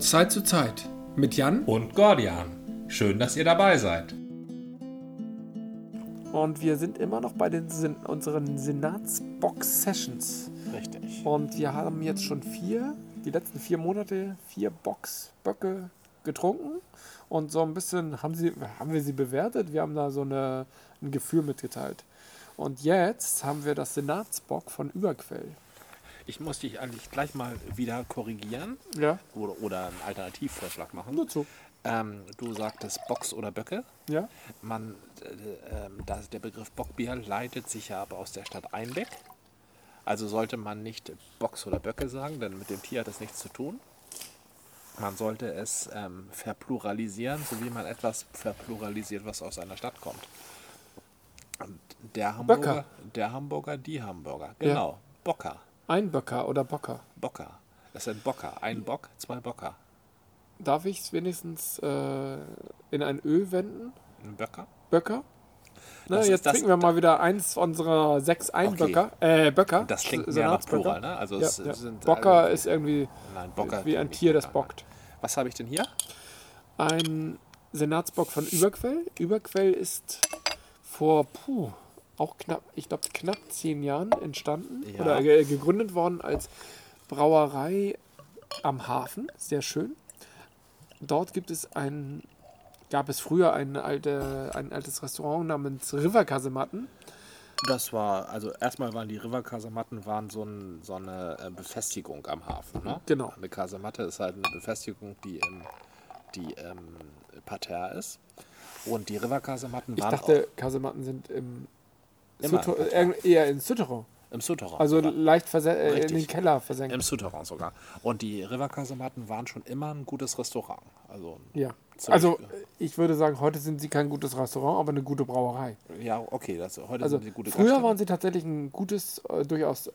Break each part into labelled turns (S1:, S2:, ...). S1: Zeit zu Zeit mit Jan
S2: und Gordian. Schön, dass ihr dabei seid.
S1: und wir sind immer noch bei den Sin unseren Senatsbox-Sessions.
S3: Richtig.
S1: Und wir haben jetzt schon vier, die letzten vier Monate, vier Boxböcke getrunken. Und so ein bisschen haben, sie, haben wir sie bewertet. Wir haben da so eine, ein Gefühl mitgeteilt. Und jetzt haben wir das Senatsbock von Überquell.
S3: Ich muss dich eigentlich gleich mal wieder korrigieren
S1: Ja,
S3: oder, oder einen Alternativvorschlag machen.
S1: nur zu.
S3: Ähm, du sagtest Box oder Böcke.
S1: Ja,
S3: Man, äh, ähm, das, der Begriff Bockbier leitet sich ja aber aus der Stadt Einbeck. Also sollte man nicht Box oder Böcke sagen, denn mit dem Tier hat das nichts zu tun. Man sollte es ähm, verpluralisieren, so wie man etwas verpluralisiert, was aus einer Stadt kommt. Und der Hamburger, der Hamburger, die Hamburger. Genau, Bocker.
S1: ein Böcker oder Bocker.
S3: Bocker. Das sind Bocker. Ein Bock, zwei Bocker.
S1: Darf ich es wenigstens äh, in ein Ö wenden?
S3: Ein Böcker?
S1: Böcker? Na,
S3: Das ist-
S1: jetzt
S3: das-
S1: trinken wir mal wieder eins unserer sechs Einböcker. Äh, Böcker.
S3: Das klingt
S1: S-
S3: mehr nach
S1: Senatsböcker.
S3: Plural, ne? Also
S1: ja,
S3: es
S1: ja.
S3: sind
S1: Bocker
S3: alle-
S1: ist irgendwie
S3: Nein, Bocker.
S1: wie ein Tier, das bockt.
S3: Was habe ich denn hier?
S1: Ein Senatsbock von Überquell. Überquell ist vor, puh, auch knapp, ich glaube, knapp zehn Jahren entstanden
S3: Ja.
S1: oder ge gegründet worden als Brauerei am Hafen. Sehr schön. Dort gibt es ein, gab es früher ein, alte, ein altes Restaurant namens River Kasematten.
S3: Das war, also erstmal waren die River-Kasematten waren so, ein, so eine äh, Befestigung am Hafen. Ne?
S1: Genau.
S3: Eine Kasematte ist halt eine Befestigung, die im die, ähm, Parterre ist. Und die River-Kasematten
S1: Ich
S3: waren
S1: dachte, Kasematten sind im
S3: Immer
S1: Souter-
S3: im
S1: äh, eher in Souterrain.
S3: auch im Souterrain.
S1: Also
S3: sogar.
S1: leicht verse- äh, in den
S3: Richtig.
S1: Keller versenkt.
S3: im Souterrain sogar. Und die River-Kasematten waren schon immer ein gutes Restaurant. Also
S1: ja.
S3: ziemlich-
S1: Also ich würde sagen, heute sind sie kein gutes Restaurant, aber eine gute Brauerei.
S3: ja, okay, das, heute
S1: Also
S3: sind die gute
S1: früher
S3: Gaststätten.
S1: waren sie tatsächlich ein gutes, äh, durchaus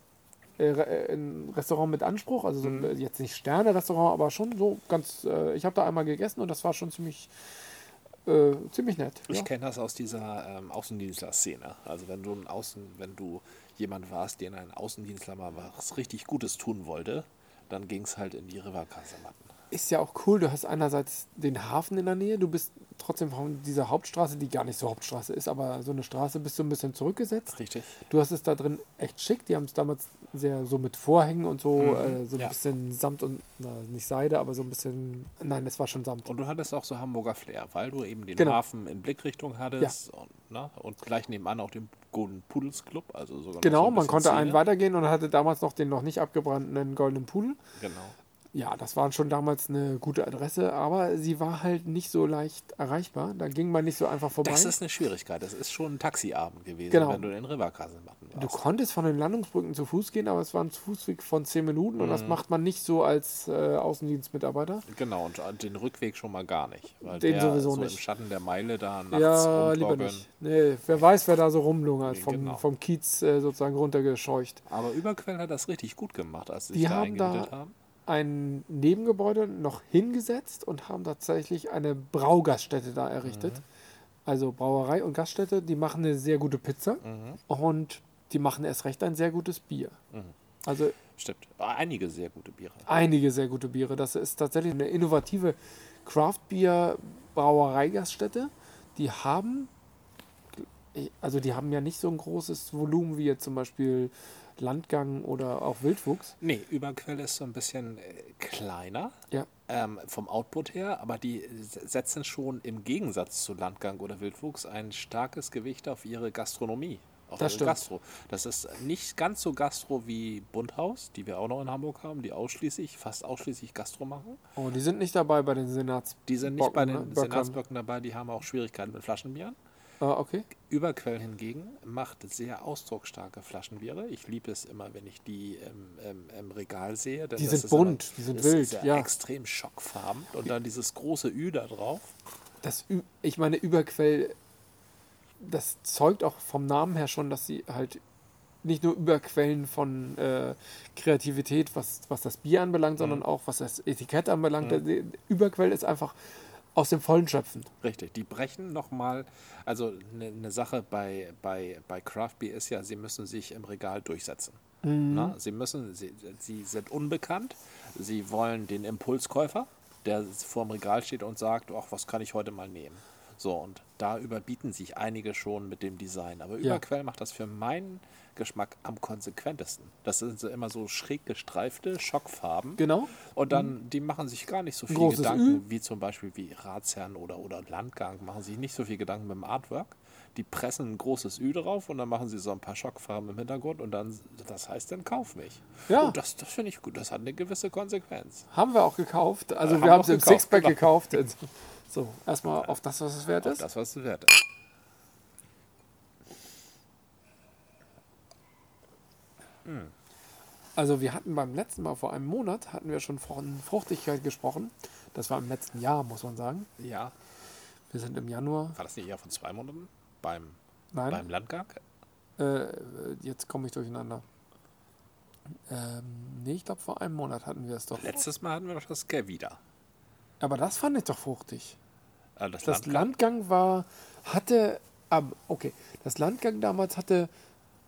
S1: äh, re- äh, ein Restaurant mit Anspruch. Also
S3: Mhm.
S1: so ein, äh, jetzt nicht Sterne-Restaurant, aber schon so ganz. Äh, ich habe da einmal gegessen und das war schon ziemlich, äh, ziemlich nett.
S3: Ich
S1: ja.
S3: kenne das aus dieser ähm, Außendienstler-Szene. Also wenn du ein Außen, wenn du jemand warst, den ein Außendienstler mal was richtig Gutes tun wollte, dann ging es halt in die Riverkasematten.
S1: Ist ja auch cool. Du hast einerseits den Hafen in der Nähe, du bist trotzdem von dieser Hauptstraße, die gar nicht so Hauptstraße ist, aber so eine Straße bist du ein bisschen zurückgesetzt.
S3: Richtig.
S1: Du hast es da drin echt schick. Die haben es damals sehr so mit Vorhängen und so, äh, so ein
S3: Mhm. ja.
S1: bisschen Samt und, na, nicht Seide, aber so ein bisschen, nein, es war schon Samt.
S3: Und du hattest auch so Hamburger Flair, weil du eben den
S1: Genau.
S3: Hafen in Blickrichtung hattest und, ne, und gleich nebenan auch den Golden Pudels Club. Also sogar noch
S1: genau,
S3: so ein
S1: man
S3: bisschen
S1: konnte einen
S3: Szene.
S1: weitergehen und hatte damals noch den noch nicht abgebrannten goldenen Pudel.
S3: Genau.
S1: Ja, das war schon damals eine gute Adresse, aber sie war halt nicht so leicht erreichbar. Da ging man nicht so einfach vorbei.
S3: Das ist eine Schwierigkeit. Das ist schon ein Taxiabend gewesen,
S1: Genau.
S3: wenn du in Riverkasematten warst.
S1: Du konntest von den Landungsbrücken zu Fuß gehen, aber es war ein Fußweg von 10 Minuten und das
S3: Mhm.
S1: macht man nicht so als äh, Außendienstmitarbeiter.
S3: Genau, und den Rückweg schon mal gar nicht. Weil
S1: Den
S3: der
S1: sowieso
S3: so
S1: nicht.
S3: im Schatten der Meile da nachts
S1: Ja, lieber
S3: rumtorkeln.
S1: nicht. Nee, wer weiß, wer da so rumlungert,
S3: Nee,
S1: vom,
S3: genau.
S1: vom Kiez äh, sozusagen runtergescheucht.
S3: Aber Überquell hat das richtig gut gemacht, als sie
S1: Die
S3: sich da
S1: haben da-
S3: eingemietet haben.
S1: Ein Nebengebäude noch hingesetzt und haben tatsächlich eine Braugaststätte da errichtet.
S3: Mhm.
S1: Also Brauerei und Gaststätte, die machen eine sehr gute Pizza
S3: Mhm.
S1: und die machen erst recht ein sehr gutes Bier. Also
S3: Stimmt. Ah, Einige sehr gute Biere.
S1: einige sehr gute Biere. Das ist tatsächlich eine innovative Craft Beer Brauerei Gaststätte. Die haben also die haben ja nicht so ein großes Volumen wie jetzt zum Beispiel Landgang oder auch Wildwuchs.
S3: Nee, Überquell ist so ein bisschen äh, kleiner
S1: Ja,
S3: ähm, vom Output her, aber die s- setzen schon im Gegensatz zu Landgang oder Wildwuchs ein starkes Gewicht auf ihre Gastronomie. Auf
S1: Das
S3: ihre
S1: stimmt.
S3: Gastro. Das ist nicht ganz so Gastro wie Bunthaus, die wir auch noch in Hamburg haben, die ausschließlich, fast ausschließlich Gastro machen.
S1: oh, die sind nicht dabei bei den Senats.
S3: Die sind nicht bei
S1: Bocken,
S3: den
S1: ne? Böckern.
S3: Senatsböcken dabei, die haben auch Schwierigkeiten mit Flaschenbieren.
S1: Ah, okay.
S3: Überquell hingegen macht sehr ausdrucksstarke Flaschenbiere. Ich liebe es immer, wenn ich die im, im, im Regal sehe. denn
S1: Die
S3: das
S1: sind
S3: ist immer-
S1: bunt, die sind
S3: das
S1: wild,
S3: Ist ja,
S1: ja.
S3: Extrem schockfarben und dann dieses große Ü da drauf.
S1: Das, Ü- ich meine, Überquell, das zeugt auch vom Namen her schon, dass sie halt nicht nur Überquellen von äh, Kreativität, was, was das Bier anbelangt,
S3: Mhm.
S1: sondern auch was das Etikett anbelangt. Die Überquell ist einfach aus dem Vollen schöpfen.
S3: Richtig, die brechen nochmal. Also eine ne Sache bei, bei, bei Craft Beer ist ja, sie müssen sich im Regal durchsetzen.
S1: Mhm.
S3: Na, sie müssen, sie, sie sind unbekannt, sie wollen den Impulskäufer, der vorm Regal steht und sagt, ach, was kann ich heute mal nehmen? So, und da überbieten sich einige schon mit dem Design. Aber
S1: Ja.
S3: Überquell macht das für meinen Geschmack am konsequentesten. Das sind so immer so schräg gestreifte Schockfarben.
S1: Genau.
S3: Und dann, die machen sich gar nicht so viel
S1: großes
S3: Gedanken, wie zum Beispiel wie Ratsherren oder, oder Landgang, machen sich nicht so viel Gedanken mit dem Artwork. Die pressen ein großes Ü drauf und dann machen sie so ein paar Schockfarben im Hintergrund und dann, das heißt dann kauf mich.
S1: Ja.
S3: Und das, das finde ich gut, das hat eine gewisse Konsequenz.
S1: Haben wir auch gekauft. Also
S3: Äh,
S1: wir
S3: haben
S1: haben es
S3: wir
S1: im
S3: auch gekauft,
S1: Sixpack
S3: genau.
S1: gekauft. Also, So, erstmal auf das, was es wert
S3: Auf
S1: ist.
S3: das, was es wert ist.
S1: Also wir hatten beim letzten Mal, vor einem Monat, hatten wir schon von Fruchtigkeit gesprochen. Das war im letzten Jahr, muss man sagen.
S3: Ja.
S1: Wir sind im Januar.
S3: War das nicht eher von zwei Monaten? Beim, beim
S1: Nein,
S3: Landgang?
S1: äh, jetzt komme ich durcheinander. Ähm, nee, ich glaube, vor einem Monat hatten wir es doch.
S3: Letztes Mal hatten wir doch das Gavida.
S1: Aber das fand ich doch fruchtig.
S3: Äh, das
S1: Das
S3: Landgang.
S1: Landgang war, hatte, am- okay, das Landgang damals hatte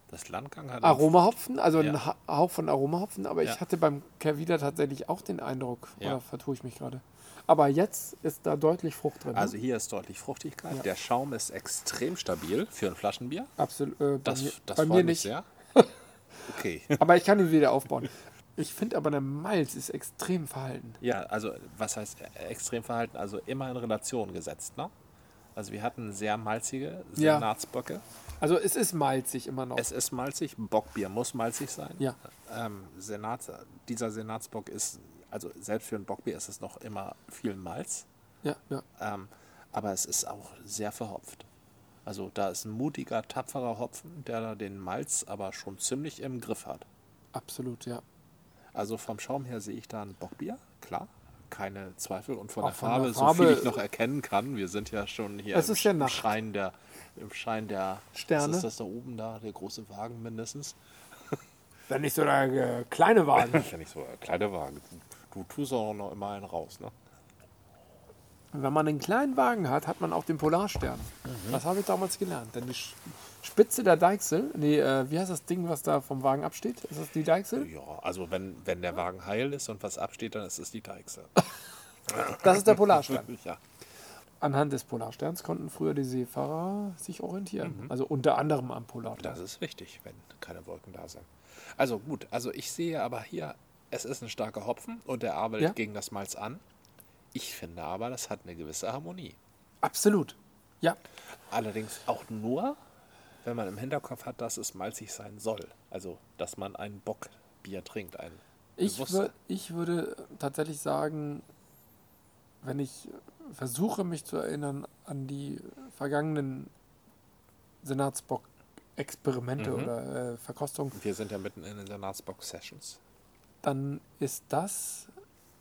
S3: das Landgang hat
S1: Aromahopfen, also
S3: Ja.
S1: einen Ha- Hauch von Aromahopfen, aber ich
S3: Ja.
S1: hatte beim Kervida tatsächlich auch den Eindruck,
S3: Ja.
S1: oder vertue ich mich gerade. Aber jetzt ist da deutlich Frucht drin. ne?
S3: Also hier ist deutlich Fruchtigkeit. Der Schaum ist extrem stabil für ein Flaschenbier.
S1: Absolut, äh, bei
S3: Das,
S1: mir,
S3: das
S1: bei
S3: freut
S1: mir
S3: mich
S1: nicht.
S3: sehr. Okay.
S1: Aber ich kann ihn wieder aufbauen. Ich finde aber, der Malz ist extrem verhalten.
S3: Ja, also was heißt äh, Extremverhalten? Also immer in Relation gesetzt, ne? Also wir hatten sehr malzige sehr
S1: Ja.
S3: Narzböcke.
S1: Also es ist malzig immer noch.
S3: Es ist malzig, Bockbier muss malzig sein.
S1: Ja.
S3: Ähm, Senats, dieser Senatsbock ist, also selbst für ein Bockbier ist es noch immer viel Malz.
S1: ja, ja.
S3: Ähm, aber es ist auch sehr verhopft. Also da ist ein mutiger, tapferer Hopfen, der da den Malz aber schon ziemlich im Griff hat.
S1: Absolut, ja.
S3: Also vom Schaum her sehe ich da ein Bockbier, klar, keine Zweifel. Und von,
S1: Auch
S3: der,
S1: von
S3: Farbe,
S1: der
S3: so viel
S1: Farbe-
S3: ich noch erkennen kann, wir sind ja schon hier
S1: Es ist ja
S3: im
S1: Nacht.
S3: Schein der, im Schein der
S1: Sterne.
S3: Was ist das da oben da, der große Wagen mindestens?
S1: Wenn nicht so der äh, kleine Wagen.
S3: Ja, nicht so, äh, kleiner Wagen. Du tust auch noch immer einen raus, ne?
S1: Wenn man einen kleinen Wagen hat, hat man auch den Polarstern. Das habe ich damals gelernt. Denn die Sch- Spitze der Deichsel, nee, äh, wie heißt das Ding, was da vom Wagen absteht? Ist das die Deichsel?
S3: Ja, also wenn, wenn der Wagen heil ist und was absteht, dann ist es die Deichsel.
S1: Das ist der Polarstern.
S3: ja.
S1: Anhand des Polarsterns konnten früher die Seefahrer sich orientieren. Also unter anderem am Polarstern.
S3: Das ist wichtig, wenn keine Wolken da sind. Also gut, also ich sehe aber hier, es ist ein starker Hopfen und er arbeitet
S1: Ja.
S3: gegen das Malz an. Ich finde aber, das hat eine gewisse Harmonie.
S1: Absolut. Ja,
S3: Allerdings auch nur, wenn man im Hinterkopf hat, dass es malzig sein soll. Also, dass man ein Bockbier trinkt. Ein
S1: Ich,
S3: bewusster-
S1: wür ich würde tatsächlich sagen, wenn ich versuche, mich zu erinnern an die vergangenen Senatsbock-Experimente oder äh, Verkostungen,
S3: Wir sind ja mitten in den Senatsbock-Sessions.
S1: dann ist das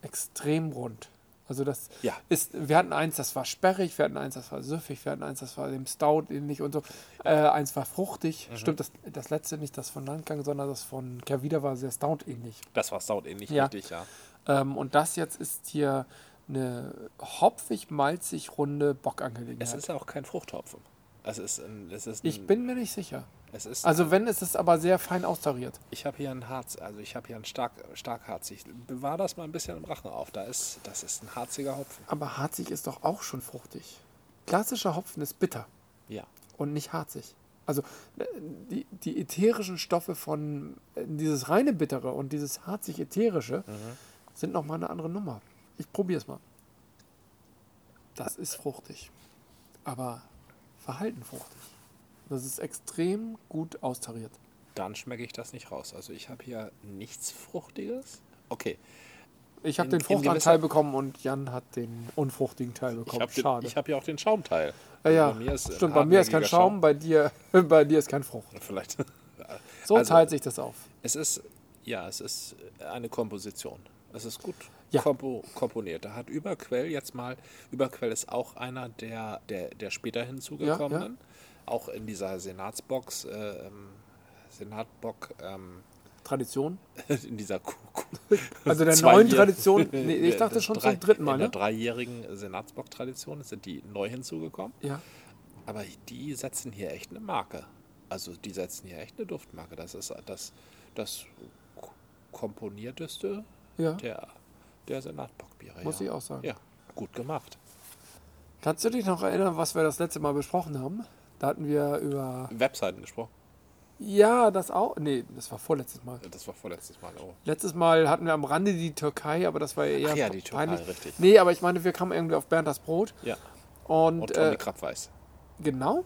S1: extrem rund. Also das
S3: Ja.
S1: ist, wir hatten eins, das war sperrig, wir hatten eins, das war süffig, wir hatten eins, das war dem Stout ähnlich und so. Äh, eins war fruchtig. Stimmt, das, das letzte nicht das von Landgang, sondern das von Kervida war sehr Stout ähnlich.
S3: Das war Stout ähnlich
S1: Ja.
S3: richtig, ja.
S1: Ähm, und das jetzt ist hier eine hopfig-malzig-runde
S3: Es
S1: Bockangelegenheit.
S3: ist ja auch kein Fruchthopfen. Es ist ein, es ist ein,
S1: Ich bin mir nicht sicher.
S3: es ist
S1: Also wenn, ist es aber sehr fein austariert.
S3: Ich habe hier ein Harz, also ich habe hier ein stark, stark harzig. Bewahr das mal ein bisschen im Rachen auf. Da ist, das ist ein harziger Hopfen.
S1: Aber harzig ist doch auch schon fruchtig. Klassischer Hopfen ist bitter
S3: Ja.
S1: und nicht harzig. Also äh, die, die ätherischen Stoffe von äh, dieses reine Bittere und dieses harzig-ätherische
S3: Mhm.
S1: sind nochmal eine andere Nummer. Ich probiere es mal. Das ist fruchtig, aber verhalten fruchtig. Das ist extrem gut austariert.
S3: Dann schmecke ich das nicht raus. Also ich habe hier nichts Fruchtiges. Okay.
S1: Ich habe
S3: In-
S1: den
S3: in
S1: Fruchtanteil
S3: gewisser-
S1: bekommen und Jan hat den unfruchtigen Teil
S3: Ich
S1: bekommen.
S3: habe
S1: Schade.
S3: hab hier auch den Schaumteil.
S1: ja, ja.
S3: Also bei mir ist ein
S1: Stimmt, bei mir ist kein
S3: hartnäckiger
S1: Schaum, bei dir, bei dir ist kein Frucht.
S3: Vielleicht.
S1: So
S3: Also-
S1: teilt sich das auf.
S3: Es ist, ja, es ist eine Komposition. Es ist gut
S1: Ja.
S3: kompo, komponiert. Da hat Überquell jetzt mal, Überquell ist auch einer der, der, der später hinzugekommenen. Auch in dieser Senatsbox, äh, ähm, Senatbock, ähm,
S1: Tradition.
S3: in dieser Ku- Ku-
S1: Also der
S3: Zwei
S1: neuen
S3: Bier.
S1: Tradition. Nee, ich
S3: Der-
S1: dachte
S3: der
S1: schon
S3: drei-
S1: zum dritten Mal.
S3: In der
S1: Ne?
S3: dreijährigen Senatsbock-Tradition sind die neu hinzugekommen.
S1: Ja.
S3: Aber die setzen hier echt eine Marke. Also die setzen hier echt eine Duftmarke. Das ist das, das komponierteste
S1: Ja.
S3: der, der Senatbock. Bockbiere.
S1: Muss
S3: ja.
S1: ich auch sagen.
S3: Ja, gut gemacht.
S1: Kannst du dich noch erinnern, was wir das letzte Mal besprochen haben? Da hatten wir über.
S3: Webseiten gesprochen.
S1: Ja, das auch. Nee, das war vorletztes Mal.
S3: Das war vorletztes Mal. Oh.
S1: Letztes Mal hatten wir am Rande die Türkei, aber das war ja eher.
S3: Ach ja, die Türkei,
S1: peinlich.
S3: richtig.
S1: Nee, aber ich meine, wir kamen irgendwie auf Bernd das Brot.
S3: Ja.
S1: Und,
S3: Und Toni
S1: äh,
S3: Krapp weiß.
S1: genau.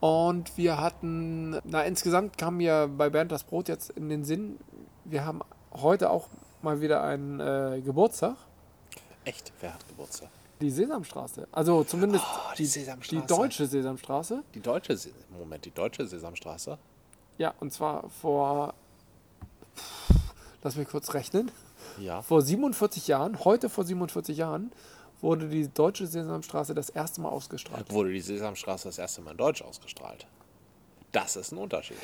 S1: Und wir hatten. Na, insgesamt kam mir bei Bernd das Brot jetzt in den Sinn, wir haben heute auch mal wieder einen äh, Geburtstag.
S3: Echt, wer hat Geburtstag?
S1: Die Sesamstraße. Also zumindest
S3: Oh, die Sesamstraße.
S1: die deutsche Sesamstraße.
S3: Die deutsche, Se Moment, die deutsche Sesamstraße?
S1: Ja, und zwar vor, lass mich kurz rechnen,
S3: Ja.
S1: vor 47 Jahren, heute vor 47 Jahren, wurde die Deutsche Sesamstraße das erste Mal ausgestrahlt.
S3: Wurde die Sesamstraße das erste Mal in Deutsch ausgestrahlt? Das ist ein Unterschied.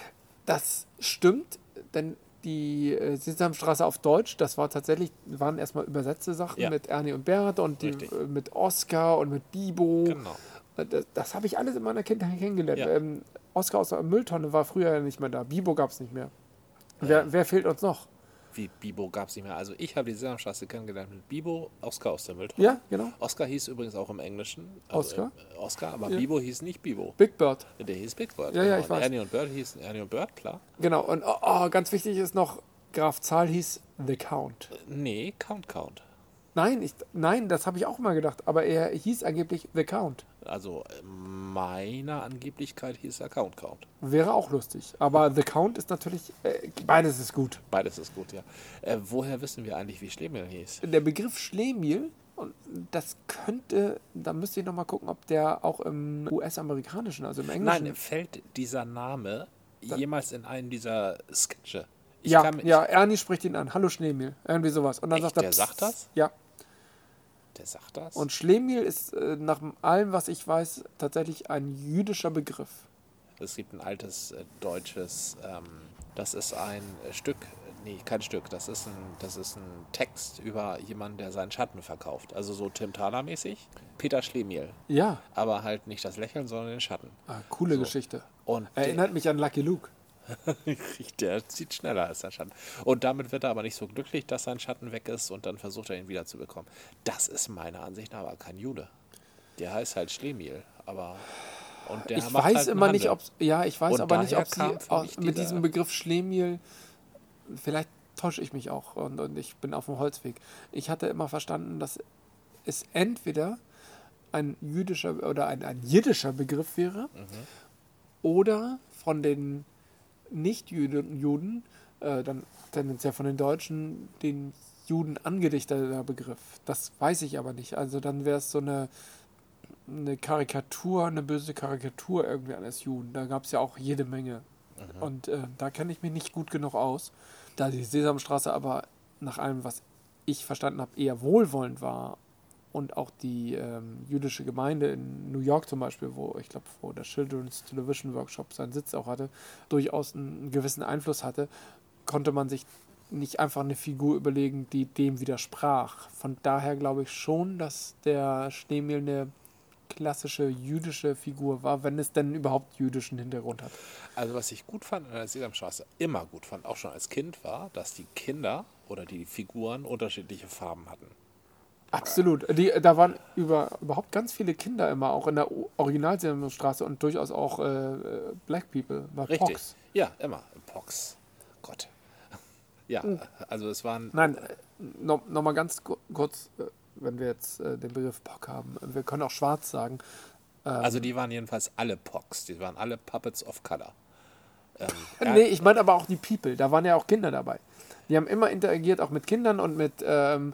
S1: Das stimmt, denn die äh, Sesamstraße auf Deutsch, das war tatsächlich, waren erstmal übersetzte Sachen
S3: Ja.
S1: mit Ernie und Bert und die,
S3: Richtig.
S1: äh, mit Oscar und mit Bibo. Äh,
S3: Genau.
S1: Das, das habe ich alles in meiner Kindheit kennengelernt.
S3: Ja.
S1: Ähm, Oscar aus der Mülltonne war früher nicht mehr da. Bibo gab es nicht mehr. Wer, wer fehlt uns noch?
S3: Wie Bibo gab es nicht mehr. Also ich habe die Sesamstraße kennengelernt mit Bibo, Oscar aus der Mülltonne.
S1: Ja, genau.
S3: Oscar hieß übrigens auch im Englischen. also
S1: Oscar?
S3: im- äh, Oscar, aber Bibo hieß nicht Bibo.
S1: Big Bird.
S3: Der hieß Big Bird.
S1: Ja, ja,
S3: genau.
S1: ich
S3: Und
S1: weiß.
S3: Ernie und Bird hießen Ernie und Bird, klar.
S1: Genau, und oh, oh, ganz wichtig ist noch, Graf Zahl hieß The Count.
S3: Nee, Count Count.
S1: Nein, ich, nein das habe ich auch mal gedacht, aber er hieß angeblich The Count.
S3: Also äh, meiner Angeblichkeit hieß er Count Count.
S1: Wäre auch lustig. Aber The Count ist natürlich, äh, beides ist gut.
S3: Beides ist gut, ja. Äh, woher wissen wir eigentlich, wie Schlemiel hieß?
S1: Der Begriff Schlemiel, und das könnte, da müsste ich nochmal gucken, ob der auch im US-amerikanischen, also im englischen.
S3: Nein, fällt dieser Name jemals in einen dieser Sketche? Ich
S1: ja,
S3: kann mich-
S1: ja, Ernie spricht ihn an. Hallo Schlemiel. Irgendwie sowas. Und dann
S3: Echt?
S1: sagt er.
S3: Der sagt
S1: "Psst."
S3: das?
S1: Ja.
S3: Der sagt das?
S1: Und Schlemiel ist äh, nach allem, was ich weiß, tatsächlich ein jüdischer Begriff.
S3: es gibt ein altes äh, deutsches, ähm, das ist ein äh, Stück, nee, kein Stück, das ist ein, das ist ein Text über jemanden, der seinen Schatten verkauft. Also so Tim Thaler-mäßig. Peter Schlemiel.
S1: Ja.
S3: Aber halt nicht das Lächeln, sondern den Schatten.
S1: Ah, coole Geschichte.
S3: Und
S1: Erinnert mich an Lucky Luke.
S3: Der zieht schneller als sein Schatten. Und damit wird er aber nicht so glücklich, dass sein Schatten weg ist und dann versucht er ihn wiederzubekommen. Das ist meiner Ansicht nach aber kein Jude. Der heißt halt Schlemiel, aber. Und der
S1: ich
S3: macht
S1: weiß
S3: halt einen
S1: immer nicht, ob
S3: Handel.
S1: ja, ich weiß
S3: Und
S1: aber nicht,
S3: daher
S1: ob sie
S3: kam für
S1: auch
S3: mich
S1: mit
S3: dieser-
S1: diesem Begriff Schlemiel vielleicht täusche ich mich auch und, und ich bin auf dem Holzweg. Ich hatte immer verstanden, dass es entweder ein jüdischer oder ein, ein jiddischer Begriff wäre
S3: Mhm.
S1: oder von den Nicht-Juden, Juden, äh, dann tendenziell von den Deutschen, den Juden angedichteter Begriff. Das weiß ich aber nicht. Also dann wäre es so eine, eine Karikatur, eine böse Karikatur irgendwie eines Juden. Da gab es ja auch jede Menge. Und äh, da kenne ich mich nicht gut genug aus. Da die Sesamstraße aber nach allem, was ich verstanden habe, eher wohlwollend war und auch die ähm, jüdische Gemeinde in New York zum Beispiel, wo ich glaube, wo der Children's Television Workshop seinen Sitz auch hatte, durchaus einen gewissen Einfluss hatte, konnte man sich nicht einfach eine Figur überlegen, die dem widersprach. Von daher glaube ich schon, dass der Schneemel eine klassische jüdische Figur war, wenn es denn überhaupt jüdischen Hintergrund hat.
S3: Also, was ich gut fand an der Sesamstraße, immer gut fand, auch schon als Kind, war, dass die Kinder oder die Figuren unterschiedliche Farben hatten.
S1: Absolut. Die, da waren über, überhaupt ganz viele Kinder immer, auch in der O- Originalsesamstraße und durchaus auch äh, äh, Black People. War
S3: Richtig.
S1: Pox.
S3: Ja, immer. Pox. Gott. Ja,
S1: Hm.
S3: also es waren.
S1: Nein, äh, no, nochmal ganz ku- kurz, äh, wenn wir jetzt äh, den Begriff Pock haben. Wir können auch schwarz sagen. Ähm.
S3: Also, die waren jedenfalls alle Pox. Die waren alle Puppets of Color. Ähm,
S1: Nee, ich meine aber auch die People. Da waren ja auch Kinder dabei. Die haben immer interagiert, auch mit Kindern und mit ähm,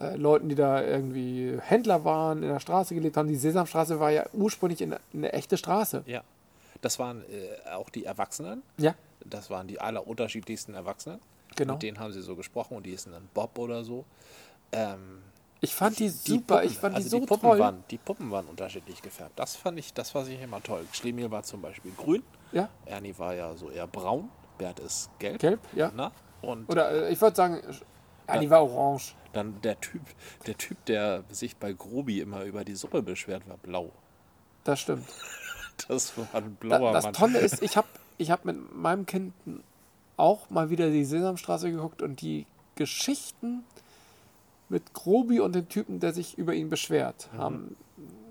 S1: äh, Leuten, die da irgendwie Händler waren, in der Straße gelebt haben. Die Sesamstraße war ja ursprünglich in- eine echte Straße.
S3: Ja. Das waren äh, auch die Erwachsenen.
S1: Ja,
S3: Das waren die allerunterschiedlichsten Erwachsenen.
S1: Genau.
S3: Mit denen haben sie so gesprochen und die hießen dann Bob oder so. Ähm,
S1: ich fand die, super.
S3: Puppen,
S1: ich fand
S3: also
S1: die so
S3: die Puppen
S1: toll.
S3: Waren, die Puppen waren unterschiedlich gefärbt. Das fand ich, das fand ich immer toll. Schlemiel war zum Beispiel grün.
S1: Ja,
S3: Ernie war ja so eher braun. Bert ist gelb.
S1: Gelb, ja.
S3: Na? Und
S1: oder äh, ich würde sagen, ja, die war orange.
S3: dann der Typ, der Typ, der sich bei Grobi immer über die Suppe beschwert, war blau.
S1: Das stimmt.
S3: Das war ein
S1: Da,
S3: blauer
S1: das
S3: Mann.
S1: Tolle ist, ich habe ich hab mit meinem Kind auch mal wieder die Sesamstraße geguckt und die Geschichten mit Grobi und dem Typen, der sich über ihn beschwert haben.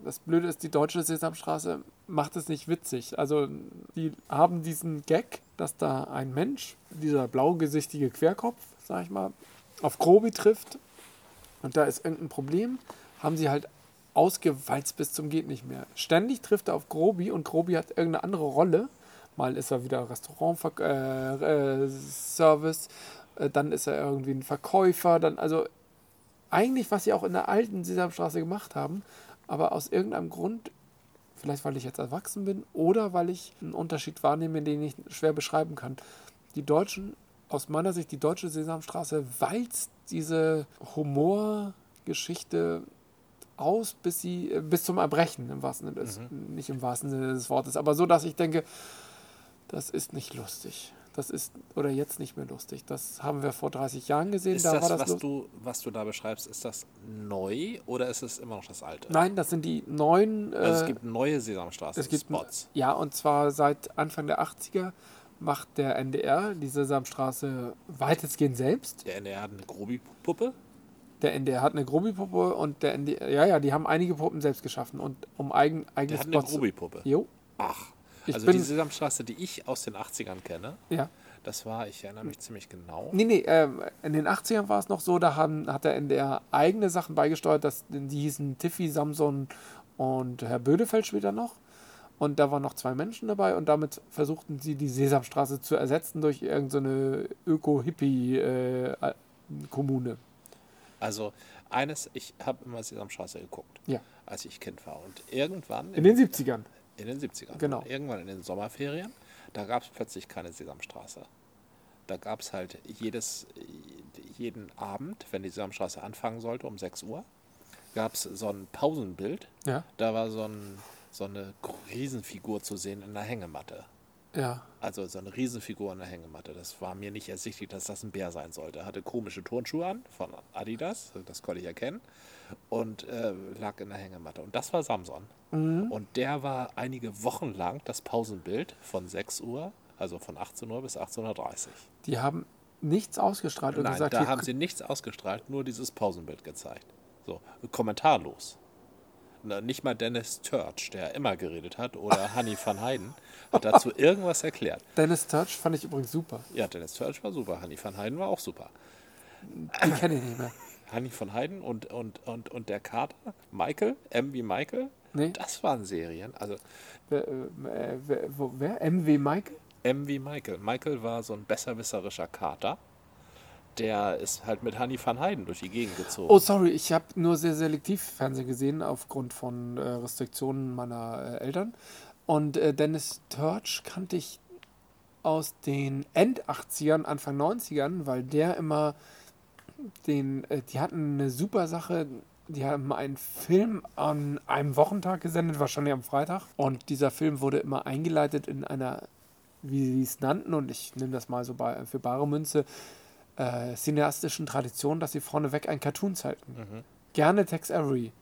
S1: Das Blöde ist, die deutsche Sesamstraße macht es nicht witzig. Also die haben diesen Gag, dass da ein Mensch, dieser blaugesichtige Querkopf, sag ich mal, auf Grobi trifft und da ist irgendein Problem, haben sie halt ausgewalzt bis zum geht nicht mehr. Ständig trifft er auf Grobi und Grobi hat irgendeine andere Rolle. Mal ist er wieder Restaurantservice, äh, äh, Service, äh, dann ist er irgendwie ein Verkäufer, dann also eigentlich, was sie auch in der alten Sesamstraße gemacht haben, aber aus irgendeinem Grund, vielleicht weil ich jetzt erwachsen bin oder weil ich einen Unterschied wahrnehme, den ich schwer beschreiben kann. Die Deutschen, aus meiner Sicht, die deutsche Sesamstraße walzt diese Humorgeschichte aus, bis sie äh, bis zum Erbrechen im wahrsten Sinne des,
S3: Mhm.
S1: nicht im wahrsten Sinne des Wortes, aber so, dass ich denke, das ist nicht lustig. Das ist oder jetzt nicht mehr lustig. Das haben wir vor 30 Jahren gesehen.
S3: Ist
S1: da
S3: das,
S1: war das
S3: was,
S1: lust-
S3: du, was du da beschreibst, ist das neu oder ist es immer noch das alte?
S1: Nein, das sind die neuen. Äh,
S3: Also es gibt neue Sesamstraße,
S1: es gibt
S3: Spots.
S1: Ja, und zwar seit Anfang der 80er macht der NDR die Sesamstraße weitestgehend selbst.
S3: Der NDR hat eine Grobi-Puppe.
S1: Der NDR hat eine Grobi-Puppe und der NDR, ja, ja, die haben einige Puppen selbst geschaffen und um eigen,
S3: Der
S1: eigene
S3: hat eine
S1: zu-
S3: Grobi-Puppe.
S1: Jo,
S3: Ach,
S1: Ich
S3: also
S1: bin-
S3: die Sesamstraße, die ich aus den 80ern kenne,
S1: ja.
S3: das war, ich erinnere mich ziemlich genau.
S1: Nee, nee, ähm, in den 80ern war es noch so, da haben, hat der NDR eigene Sachen beigesteuert, das, die hießen Tiffy, Samson und Herr Bödefeld später noch. Und da waren noch zwei Menschen dabei und damit versuchten sie die Sesamstraße zu ersetzen durch irgendeine äh, Öko-Hippie-Kommune.
S3: Also eines, ich habe immer Sesamstraße geguckt,
S1: ja,
S3: als ich Kind war. Und irgendwann
S1: in den 70ern.
S3: in den 70ern,
S1: Genau.
S3: und irgendwann in den Sommerferien, da gab es plötzlich keine Sesamstraße. Da gab es halt jedes, jeden Abend, wenn die Sesamstraße anfangen sollte, um 6 Uhr, gab es so ein Pausenbild.
S1: Ja,
S3: Da war so, ein, so eine Riesenfigur zu sehen in einer Hängematte.
S1: ja.
S3: Also so eine Riesenfigur an der Hängematte. Das war mir nicht ersichtlich, dass das ein Bär sein sollte. Er hatte komische Turnschuhe an von Adidas, das konnte ich erkennen, und äh, lag in der Hängematte. Und das war Samson. Und der war einige Wochen lang das Pausenbild von 6 Uhr, also von 18 Uhr bis 18.30 Uhr.
S1: Die haben nichts ausgestrahlt und
S3: Nein,
S1: gesagt,
S3: da
S1: hier,
S3: haben sie nichts ausgestrahlt, nur dieses Pausenbild gezeigt. So, kommentarlos. Na, Nicht mal Dennis Church, der immer geredet hat, oder Hanni van Heiden, hat dazu irgendwas erklärt.
S1: Dennis Touch fand ich übrigens super.
S3: Ja, Dennis Church war super. Hanni van Heiden war auch super.
S1: Die kenne ich nicht mehr.
S3: Hanni van Heiden und, und, und, und der Kater, Michael, M wie Michael.
S1: Nee.
S3: Das waren Serien. Also
S1: Wer, äh, äh, wer, wo, wer? MW Mike?
S3: M wie Michael. Michael war so ein besserwisserischer Kater. Der ist halt mit Hanni van Heiden durch die Gegend gezogen.
S1: Oh, sorry, ich habe nur sehr selektiv Fernsehen gesehen, aufgrund von äh, Restriktionen meiner äh, Eltern. Und äh, Dennis Turch kannte ich aus den End-80ern, Anfang 90ern, weil der immer den, äh, die hatten eine super Sache. Die haben einen Film an einem Wochentag gesendet, wahrscheinlich am Freitag. Und dieser Film wurde immer eingeleitet in einer, wie sie es nannten, und ich nehme das mal so bei, für bare Münze, äh, cineastischen Tradition, dass sie vorneweg einen Cartoon zeigten. Gerne Tex Avery.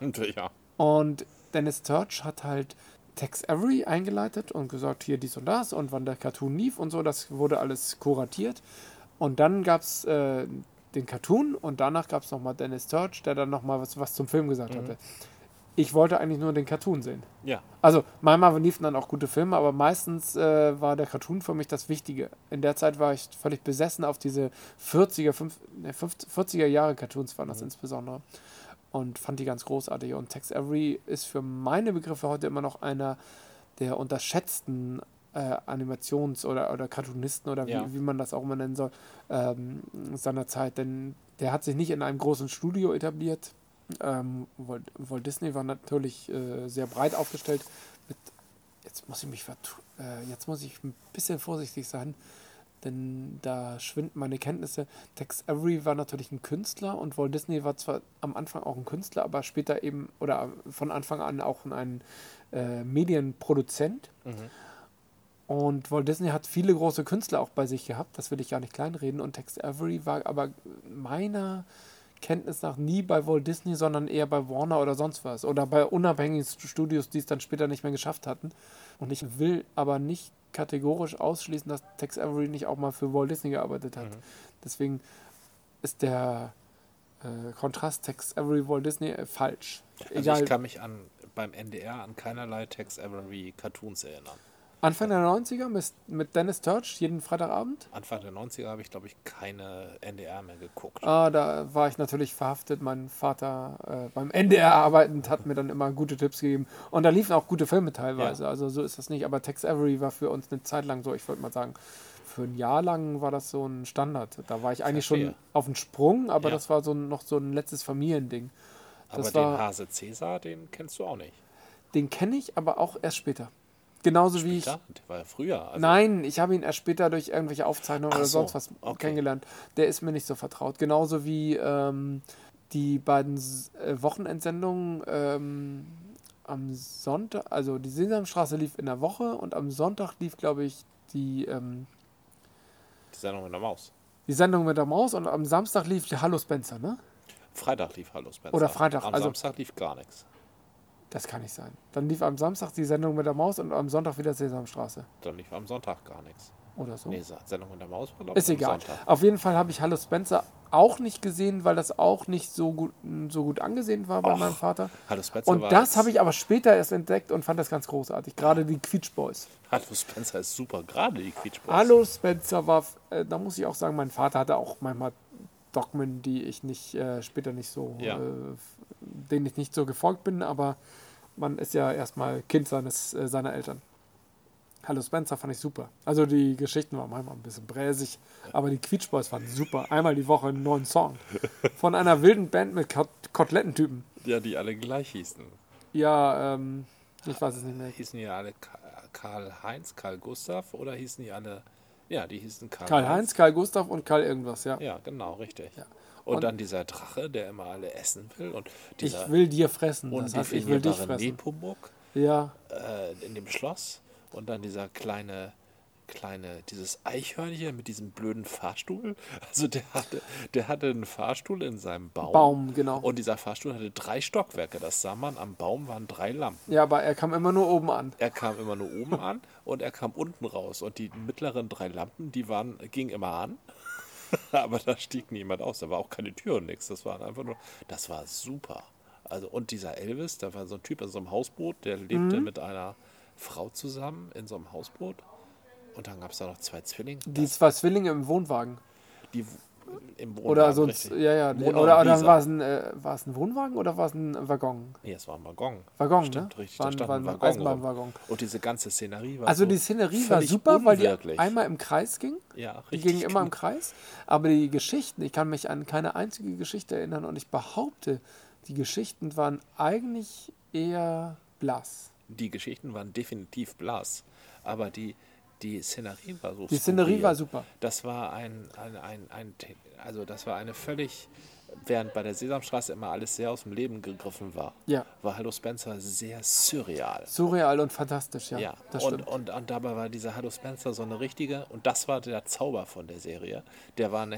S3: Und, äh, ja.
S1: Und Dennis Turch hat halt Tex Avery eingeleitet und gesagt, hier dies und das und wann der Cartoon lief und so, das wurde alles kuratiert. Und dann gab es äh, den Cartoon und danach gab es nochmal Dennis Turch, der dann nochmal was, was zum Film gesagt hatte. Ich wollte eigentlich nur den Cartoon sehen.
S3: ja.
S1: Also, manchmal liefen dann auch gute Filme, aber meistens äh, war der Cartoon für mich das Wichtige. In der Zeit war ich völlig besessen auf diese 40er, fünf, ne, 50, 40er Jahre Cartoons waren das insbesondere. Und fand die ganz großartig. Und Tex Avery ist für meine Begriffe heute immer noch einer der unterschätzten äh, Animations- oder, oder Cartoonisten oder
S3: Ja.
S1: wie, wie man das auch immer nennen soll, ähm, seiner Zeit. Denn der hat sich nicht in einem großen Studio etabliert. Ähm, Walt, Walt Disney war natürlich äh, sehr breit aufgestellt. Mit, jetzt muss ich mich vertu äh, jetzt muss ich ein bisschen vorsichtig sein, denn da schwinden meine Kenntnisse. Tex Avery war natürlich ein Künstler und Walt Disney war zwar am Anfang auch ein Künstler, aber später eben oder von Anfang an auch ein äh, Medienproduzent. Und Walt Disney hat viele große Künstler auch bei sich gehabt, das will ich gar nicht kleinreden. Und Tex Avery war aber meiner Kenntnis nach nie bei Walt Disney, sondern eher bei Warner oder sonst was. Oder bei unabhängigen Studios, die es dann später nicht mehr geschafft hatten. Und ich will aber nicht kategorisch ausschließen, dass
S3: Mhm.
S1: Tex Avery nicht auch mal für Walt Disney gearbeitet hat. Deswegen ist der äh, Kontrasttext Every Walt Disney äh, falsch.
S3: Also
S1: Egal.
S3: ich kann mich an, beim NDR an keinerlei Tex Avery Cartoons erinnern.
S1: Anfang der 90er mit, mit Dennis Turch jeden Freitagabend.
S3: Anfang der 90er habe ich, glaube ich, keine NDR mehr geguckt.
S1: Ah, da war ich natürlich verhaftet. Mein Vater äh, beim NDR arbeitend hat mir dann immer gute Tipps gegeben. Und da liefen auch gute Filme teilweise. Also so ist das nicht. Aber Tex Avery war für uns eine Zeit lang so, ich würde mal sagen, für ein Jahr lang war das so ein Standard. Da war ich eigentlich schon
S3: Verstehe.
S1: auf dem Sprung, aber
S3: Ja.
S1: das war so ein, noch so ein letztes Familiending.
S3: Aber
S1: das
S3: den
S1: war-
S3: Hase Cäsar, den kennst du auch nicht.
S1: Den kenne ich, aber auch erst später. Genauso wie ich
S3: Ja, der war ja früher. Also
S1: Nein, ich habe ihn erst später durch irgendwelche Aufzeichnungen
S3: Ach
S1: oder
S3: so,
S1: sonst was
S3: okay.
S1: kennengelernt. Der ist mir nicht so vertraut. Genauso wie ähm, die beiden S äh, Wochenendsendungen ähm, am Sonntag, also die Sesamstraße lief in der Woche und am Sonntag lief, glaube ich, die, ähm,
S3: Die Sendung mit der Maus.
S1: die Sendung mit der Maus und am Samstag lief die Hallo Spencer, ne?
S3: Freitag lief Hallo Spencer.
S1: Oder Freitag,
S3: Am
S1: also-
S3: Samstag lief gar nichts.
S1: Das kann nicht sein. Dann lief am Samstag die Sendung mit der Maus und am Sonntag wieder Sesamstraße.
S3: Dann lief am Sonntag gar nichts.
S1: Oder so.
S3: Nee, Sendung mit der Maus war, glaub ich,
S1: Hm. Ist
S3: am
S1: egal.
S3: Sonntag.
S1: Auf jeden Fall habe ich Hallo Spencer auch nicht gesehen, weil das auch nicht so gut, so gut angesehen war bei meinem Vater.
S3: Hallo Spencer
S1: Und
S3: war
S1: das
S3: jetzt-
S1: habe ich aber später erst entdeckt und fand das ganz großartig. Gerade die Quietsch Boys.
S3: Hallo Spencer ist super, gerade die Quietschbox.
S1: Hallo Spencer war, äh, da muss ich auch sagen, mein Vater hatte auch manchmal Dogmen, die ich nicht äh, später nicht so,
S3: Ja.
S1: äh, denen ich nicht so gefolgt bin, aber man ist ja erstmal Kind seines, äh, seiner Eltern. Hallo Spencer fand ich super. Also die Geschichten waren manchmal ein bisschen bräsig, aber die Quietschboys waren super. Einmal die Woche einen neuen Song. Von einer wilden Band mit Kot Kotelettentypen.
S3: Ja, die alle gleich hießen.
S1: Ja, ähm, ich weiß es nicht mehr.
S3: Hießen die alle Ka- Karl-Heinz, Karl-Gustav oder hießen die alle... Ja, die hießen
S1: Karl-Heinz, Karl Gustav und Karl irgendwas, ja.
S3: Ja, genau, richtig. Und, dann dieser Drache, der immer alle essen will. Und dieser
S1: Ich will dir fressen. Das heißt, ich will dich
S3: undefinierbare
S1: fressen.
S3: Nepomuk
S1: Ja.
S3: äh, in dem Schloss. Und dann dieser kleine, kleine, dieses Eichhörnchen mit diesem blöden Fahrstuhl. Also der hatte, der hatte einen Fahrstuhl in seinem Baum.
S1: Baum, genau.
S3: Und dieser Fahrstuhl hatte drei Stockwerke. Das sah man, am Baum waren drei Lampen.
S1: Ja, aber er kam immer nur oben an.
S3: Er kam immer nur oben an und er kam unten raus. Und die mittleren drei Lampen, die waren, gingen immer an. Aber da stieg niemand aus. Da war auch keine Tür und nichts. Das war einfach nur, das war super. Also, und dieser Elvis, da war so ein Typ in so einem Hausboot, der
S1: Mhm.
S3: lebte mit einer Frau zusammen in so einem Hausboot. Und dann gab es da noch zwei Zwillinge.
S1: Die zwei Zwillinge im Wohnwagen.
S3: die w- im Wohnwagen.
S1: Oder sonst,
S3: richtig.
S1: ja, ja. die-
S3: Mona
S1: Oder,
S3: und
S1: oder
S3: Lisa.
S1: war es ein, äh, war es ein Wohnwagen oder war es ein Waggon?
S3: Nee, es war ein Waggon.
S1: Waggon,
S3: Stimmt,
S1: ne?
S3: richtig.
S1: War
S3: da
S1: ein-
S3: stand
S1: war
S3: ein
S1: ein
S3: Waggon.
S1: Eisenbahnwaggon.
S3: Rum. Und diese ganze Szenerie war
S1: Also
S3: so
S1: die Szenerie war
S3: völlig
S1: super, weil die
S3: unwirklich.
S1: einmal im Kreis ging.
S3: Ja,
S1: Die
S3: richtig
S1: ging immer im Kreis. Aber die Geschichten, ich kann mich an keine einzige Geschichte erinnern und ich behaupte, die Geschichten waren eigentlich eher blass.
S3: die Geschichten waren definitiv blass, aber die, die Szenerie war so
S1: Die Szenerie
S3: skurril.
S1: war super.
S3: Das war ein, ein, ein, ein, Te- also das war eine völlig, während bei der Sesamstraße immer alles sehr aus dem Leben gegriffen war,
S1: Ja.
S3: war Hallo Spencer sehr surreal.
S1: Surreal und fantastisch, ja.
S3: Ja,
S1: das
S3: und,
S1: stimmt.
S3: und, und dabei war dieser Hallo Spencer so eine richtige, und das war der Zauber von der Serie, der war eine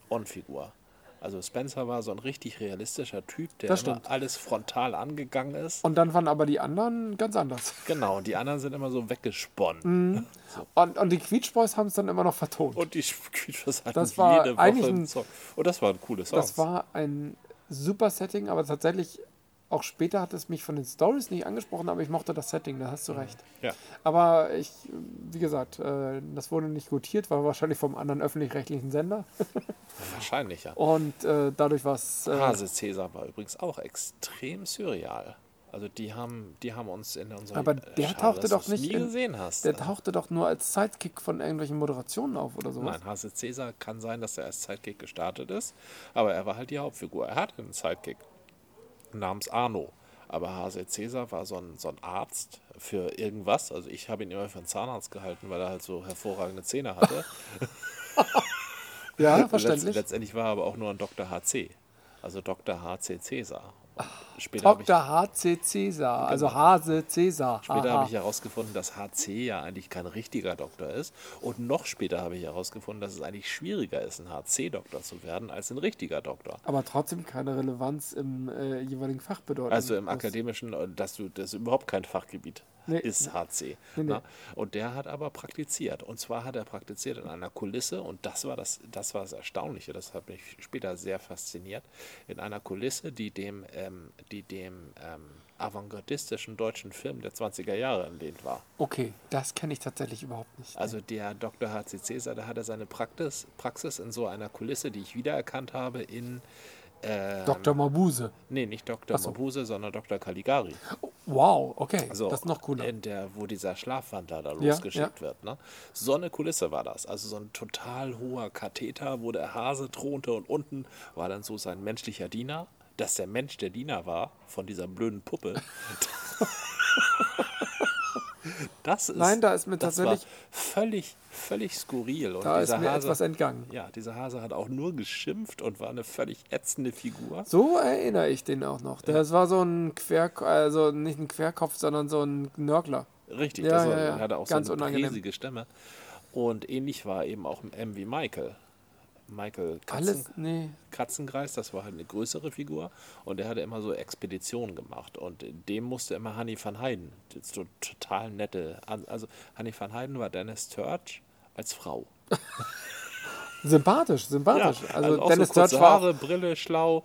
S3: Hands-on-Figur. Also Spencer war so ein richtig realistischer Typ, der
S1: Das
S3: immer
S1: stimmt.
S3: alles frontal angegangen ist.
S1: Und dann waren aber die anderen ganz anders.
S3: Genau, und die anderen sind immer so weggesponnen.
S1: Mhm. Und, und die Quietschboys haben es dann immer noch vertont.
S3: Und die Creatures hatten
S1: Das war
S3: jede
S1: eigentlich
S3: Woche einen
S1: ein-
S3: Song. Und das war ein cooles Song.
S1: Das war ein super Setting, aber tatsächlich auch später hat es mich von den Stories nicht angesprochen, aber ich mochte das Setting, da hast du recht.
S3: ja.
S1: Aber ich, wie gesagt, äh, das wurde nicht gutiert, war wahrscheinlich vom anderen öffentlich-rechtlichen Sender
S3: wahrscheinlich ja.
S1: und äh, dadurch war es. Äh,
S3: Hase Cäsar war übrigens auch extrem surreal. Also die haben, die haben uns in unserer
S1: aber
S3: äh,
S1: der
S3: schade,
S1: tauchte
S3: dass
S1: doch
S3: du es
S1: nicht.
S3: nie
S1: in-
S3: gesehen hast.
S1: Der
S3: Also,
S1: tauchte doch nur als Sidekick von irgendwelchen Moderationen auf oder sowas.
S3: Also, Nein, Hase Cäsar kann sein, dass er als Sidekick gestartet ist, aber er war halt die Hauptfigur. Er hatte einen Sidekick namens Arno. Aber Hase Cäsar war so ein, so ein Arzt für irgendwas. Also ich habe ihn immer für einen Zahnarzt gehalten, weil er halt so hervorragende Zähne hatte.
S1: Ja,
S3: Letzt,
S1: Ah, verständlich.
S3: letztendlich war er aber auch nur ein Dr. HC. Also Dr. HC Cäsar. Und Später habe ich, Genau.
S1: Dr. H.C. Cäsar, also Hase Cäsar.
S3: später
S1: haha.
S3: habe ich herausgefunden, dass HC ja eigentlich kein richtiger Doktor ist. Und noch später habe ich herausgefunden, dass es eigentlich schwieriger ist, ein HC-Doktor zu werden, als ein richtiger Doktor.
S1: aber trotzdem keine Relevanz im äh, jeweiligen Fach bedeutet.
S3: äh, Also im akademischen, dass du das ist überhaupt kein Fachgebiet.
S1: Nee.
S3: ist HC.
S1: Nee, nee.
S3: Ne? Und der hat aber praktiziert. Und zwar hat er praktiziert in einer Kulisse, und das war das, das war das Erstaunliche, das hat mich später sehr fasziniert, in einer Kulisse, die dem, ähm, die dem ähm, avantgardistischen deutschen Film der 20er Jahre entlehnt war.
S1: Okay, das kenne ich tatsächlich überhaupt nicht.
S3: Also der Dr. H.C. Cäsar, da hat er seine Praxis, Praxis in so einer Kulisse, die ich wiedererkannt habe, in
S1: Dr. Mabuse.
S3: Nee, nicht Dr.
S1: so.
S3: Mabuse, sondern Dr. Caligari.
S1: Wow, okay.
S3: So, äh,
S1: das ist noch cooler.
S3: In der, wo dieser Schlafwandler da
S1: Ja, ja.
S3: losgeschickt wird. Ne? So eine Kulisse war das. Also so ein total hoher Katheter, wo der Hase thronte und unten war dann so sein menschlicher Diener. Dass der Mensch der Diener war von dieser blöden Puppe. Das ist,
S1: Nein, da ist mir
S3: das
S1: tatsächlich-
S3: war völlig, völlig skurril. Und
S1: Da ist
S3: dieser
S1: mir
S3: Hase,
S1: etwas entgangen.
S3: Ja, dieser Hase hat auch nur geschimpft und war eine völlig ätzende Figur.
S1: So erinnere ich den auch noch. Das war so ein Quer, also nicht ein Querkopf, sondern so ein Nörgler.
S3: Richtig,
S1: Ja,
S3: das
S1: ja,
S3: war,
S1: ja.
S3: er hatte auch
S1: Ganz
S3: so eine
S1: unangenehm.
S3: riesige Stimme. Und ähnlich war eben auch M wie Michael. Michael Katzen,
S1: Alles, nee.
S3: Katzengreis, das war halt eine größere Figur und der hatte immer so Expeditionen gemacht und dem musste immer Hanni van Heiden, das ist so total nette, An- also Hanni van Heiden war Dennis Church als Frau.
S1: Sympathisch, sympathisch. also
S3: auch
S1: Dennis
S3: so
S1: Turch
S3: kurze
S1: war
S3: Haare, Brille, schlau.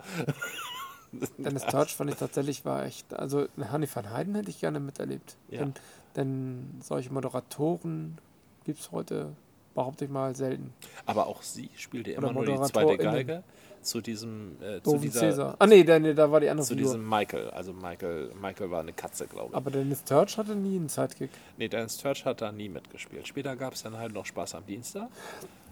S1: Dennis Turch fand ich tatsächlich war echt. Also Hanni van Heiden hätte ich gerne miterlebt.
S3: Ja.
S1: Denn, denn solche Moderatoren gibt es heute, behaupte ich mal, selten.
S3: Aber auch sie spielte
S1: Oder
S3: immer nur die zweite
S1: ModeratorInnen.
S3: Geige zu diesem, äh, zu,
S1: Doofen
S3: dieser,
S1: Cäsar. Ah nee, da, nee, da war die andere
S3: zu
S1: Figur.
S3: diesem Michael. Also Michael, Michael war eine Katze, glaube ich.
S1: Aber Dennis Turch hatte nie einen Sidekick.
S3: Nee, Dennis Church hat da nie mitgespielt. Später gab es dann halt noch Spaß am Dienstag.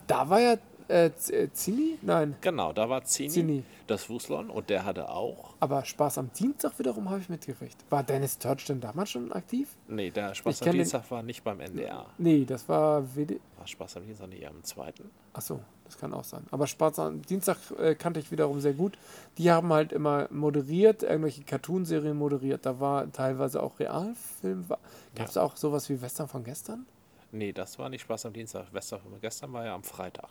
S1: Da war ja äh, Z- äh, Zini? Nein.
S3: Genau, da war Zini,
S1: Zini.
S3: das Fußlon, und der hatte auch.
S1: Aber Spaß am Dienstag wiederum habe ich mitgekriegt. War Dennis Turch denn damals schon aktiv?
S3: Nee, der
S1: Ich
S3: Spaß am
S1: kenn den-
S3: Dienstag war nicht beim NDR.
S1: Nee, das war WD.
S3: War Spaß am Dienstag nicht eher am zweiten?
S1: Achso, das kann auch sein. Aber Spaß am Dienstag äh, kannte ich wiederum sehr gut. Die haben halt immer moderiert, irgendwelche Cartoonserien moderiert. Da war teilweise auch Realfilm. Gab es auch sowas wie Western von gestern?
S3: Nee, das war nicht Spaß am Dienstag. Wester von gestern war ja am Freitag.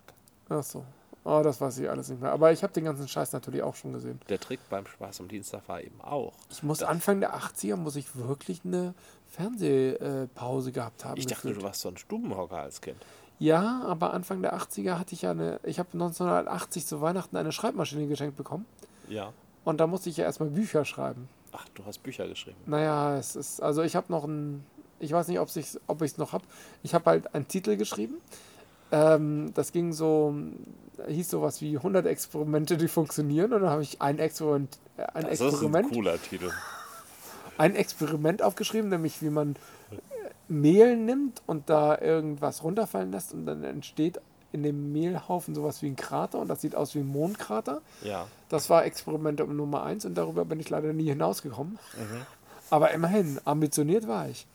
S1: Achso. Oh, das weiß ich alles nicht mehr. Aber ich habe den ganzen Scheiß natürlich auch schon gesehen.
S3: Der Trick beim Spaß am Dienstag war eben auch.
S1: Ich muss Anfang der 80er muss ich wirklich eine Fernsehpause äh, Pause gehabt haben.
S3: Ich dachte,
S1: gefühlt.
S3: du warst so ein Stubenhocker als Kind.
S1: Ja, aber Anfang der 80er hatte ich ja eine, ich habe 1980 zu Weihnachten eine Schreibmaschine geschenkt bekommen
S3: Ja.
S1: und da musste ich ja erstmal Bücher schreiben.
S3: Ach, du hast Bücher geschrieben.
S1: Naja, es ist, also ich habe noch ein, ich weiß nicht, ob's ich, ob ich es noch habe. Ich habe halt einen Titel geschrieben. Ähm, das ging so, hieß sowas wie 100 Experimente, die funktionieren und dann habe ich ein Experiment, äh, ein
S3: Das ist ein
S1: Experiment
S3: cooler Titel.
S1: ein Experiment aufgeschrieben, nämlich wie man äh, Mehl nimmt und da irgendwas runterfallen lässt und dann entsteht in dem Mehlhaufen sowas wie ein Krater und das sieht aus wie ein Mondkrater.
S3: Ja.
S1: Das war Experiment Nummer eins und darüber bin ich leider nie hinausgekommen. Aber immerhin, ambitioniert war ich.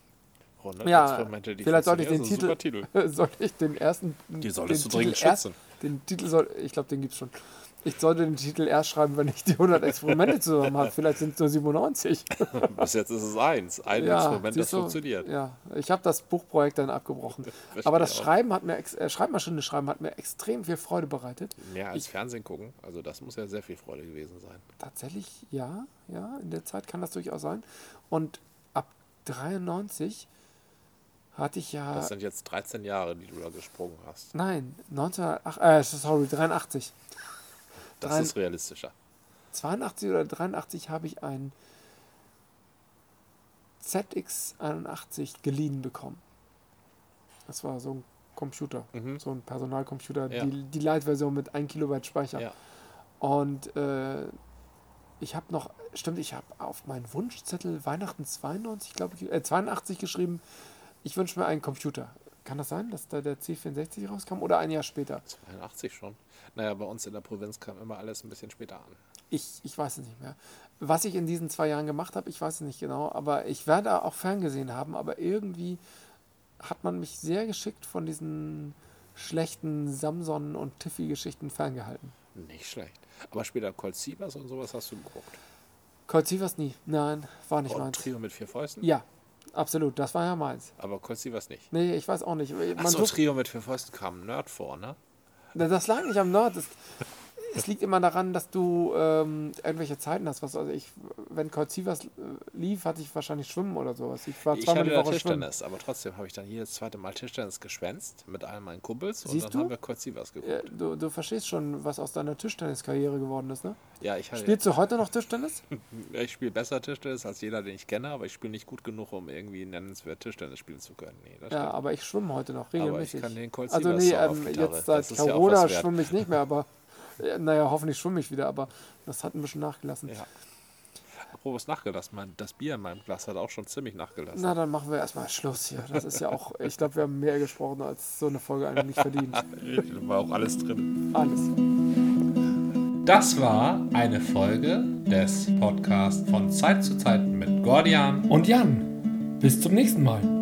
S3: 100
S1: Ja,
S3: Experimente, die
S1: vielleicht sollte ich den
S3: funktionieren,
S1: Titel,
S3: ist ein super Titel.
S1: sollte ich den ersten, die
S2: solltest
S1: den
S2: du dringend
S1: Titel erst,
S2: schützen.
S1: Den Titel soll, ich glaube, den gibt's schon. Ich sollte den Titel erst schreiben, wenn ich die 100 Experimente zusammen habe. Vielleicht sind es nur 97.
S3: Bis jetzt ist es eins. Ein Experiment, das
S1: siehst du,
S3: funktioniert.
S1: Ja, ich habe das Buchprojekt dann abgebrochen. Aber das Schreiben hat mir, ex- äh, Schreibmaschine schreiben hat mir extrem viel Freude bereitet.
S3: Mehr als Fernsehen gucken. Also das muss ja sehr viel Freude gewesen sein.
S1: Tatsächlich, ja, ja, in der Zeit kann das durchaus sein. Und ab 93 hatte ich ja,
S3: Das sind jetzt 13 Jahre, die du da gesprungen hast.
S1: nein, 1908, äh, sorry, 83.
S3: Das
S1: Nein.
S3: ist realistischer.
S1: 82 oder 83 habe ich ein ZX81 geliehen bekommen. Das war so ein Computer, so ein Personalcomputer,
S3: Mhm. Ja.
S1: die, die Light-Version mit 1 Kilobyte Speicher.
S3: Ja.
S1: Und äh, ich habe noch, stimmt, ich habe auf meinen Wunschzettel Weihnachten 92, glaube ich, äh, 82 geschrieben, ich wünsche mir einen Computer. Kann das sein, dass da der C64 rauskam oder ein Jahr später?
S3: 82 schon. Naja, bei uns in der Provinz kam immer alles ein bisschen später an.
S1: Ich, ich weiß es nicht mehr. Was ich in diesen zwei Jahren gemacht habe, ich weiß es nicht genau, aber ich werde auch ferngesehen haben, aber irgendwie hat man mich sehr geschickt von diesen schlechten Samson- und Tiffy-Geschichten ferngehalten.
S3: Nicht schlecht. Aber später Colt Sievers und sowas hast du geguckt.
S1: Colt Sievers nie. Nein, war nicht
S3: Und
S1: meins.
S3: Trio mit vier Fäusten?
S1: Ja, absolut, das war ja meins.
S3: Aber Colt Sievers nicht.
S1: Nee, ich weiß auch nicht. Man
S3: Achso,
S1: sucht,
S3: Trio mit vier Fäusten kam ein Nerd vor, ne?
S1: das lag nicht am Nord. Das, es liegt immer daran, dass du ähm, irgendwelche Zeiten hast. Was, also ich, wenn Kurt Sievers äh, lief, hatte ich wahrscheinlich Schwimmen oder sowas. Ich war
S3: Ich
S1: zweimal
S3: hatte
S1: die
S3: ja
S1: Woche Schwimmen.
S3: Tischtennis, aber trotzdem habe ich dann jedes zweite Mal Tischtennis geschwänzt mit all meinen Kumpels
S1: Siehst
S3: und dann
S1: du?
S3: haben wir kurz was geguckt.
S1: Ja, Äh, du, du verstehst schon, was aus deiner Tischtenniskarriere geworden ist, ne?
S3: Ja, ich, hatte-
S1: Spielst du heute noch Tischtennis?
S3: ich spiele besser Tischtennis als jeder, den ich kenne, aber ich spiele nicht gut genug, um irgendwie nennenswert Tischtennis spielen zu können. Nee, das
S1: Ja, aber ich schwimme heute noch
S3: Aber
S1: regelmäßig.
S3: ich kann den Colt
S1: also
S3: Sievers
S1: nee,
S3: Song auf
S1: ähm,
S3: Gitarre.
S1: jetzt
S3: Das
S1: seit
S3: ist ja auch
S1: Corona
S3: was wert.
S1: schwimme ich nicht mehr, aber äh, naja, hoffentlich schwimme ich wieder, aber das hat ein bisschen nachgelassen.
S3: Ja. Robus nachgelassen. Mein, das Bier in meinem Glas hat auch schon ziemlich nachgelassen.
S1: Na, dann machen wir erstmal Schluss hier. Das ist ja auch, ich glaube, wir haben mehr gesprochen, als so eine Folge eigentlich verdient.
S3: War auch alles drin.
S1: Alles.
S2: Das war eine Folge des Podcasts von Zeit zu Zeit mit Gordian.
S4: Und Jan, bis zum nächsten Mal.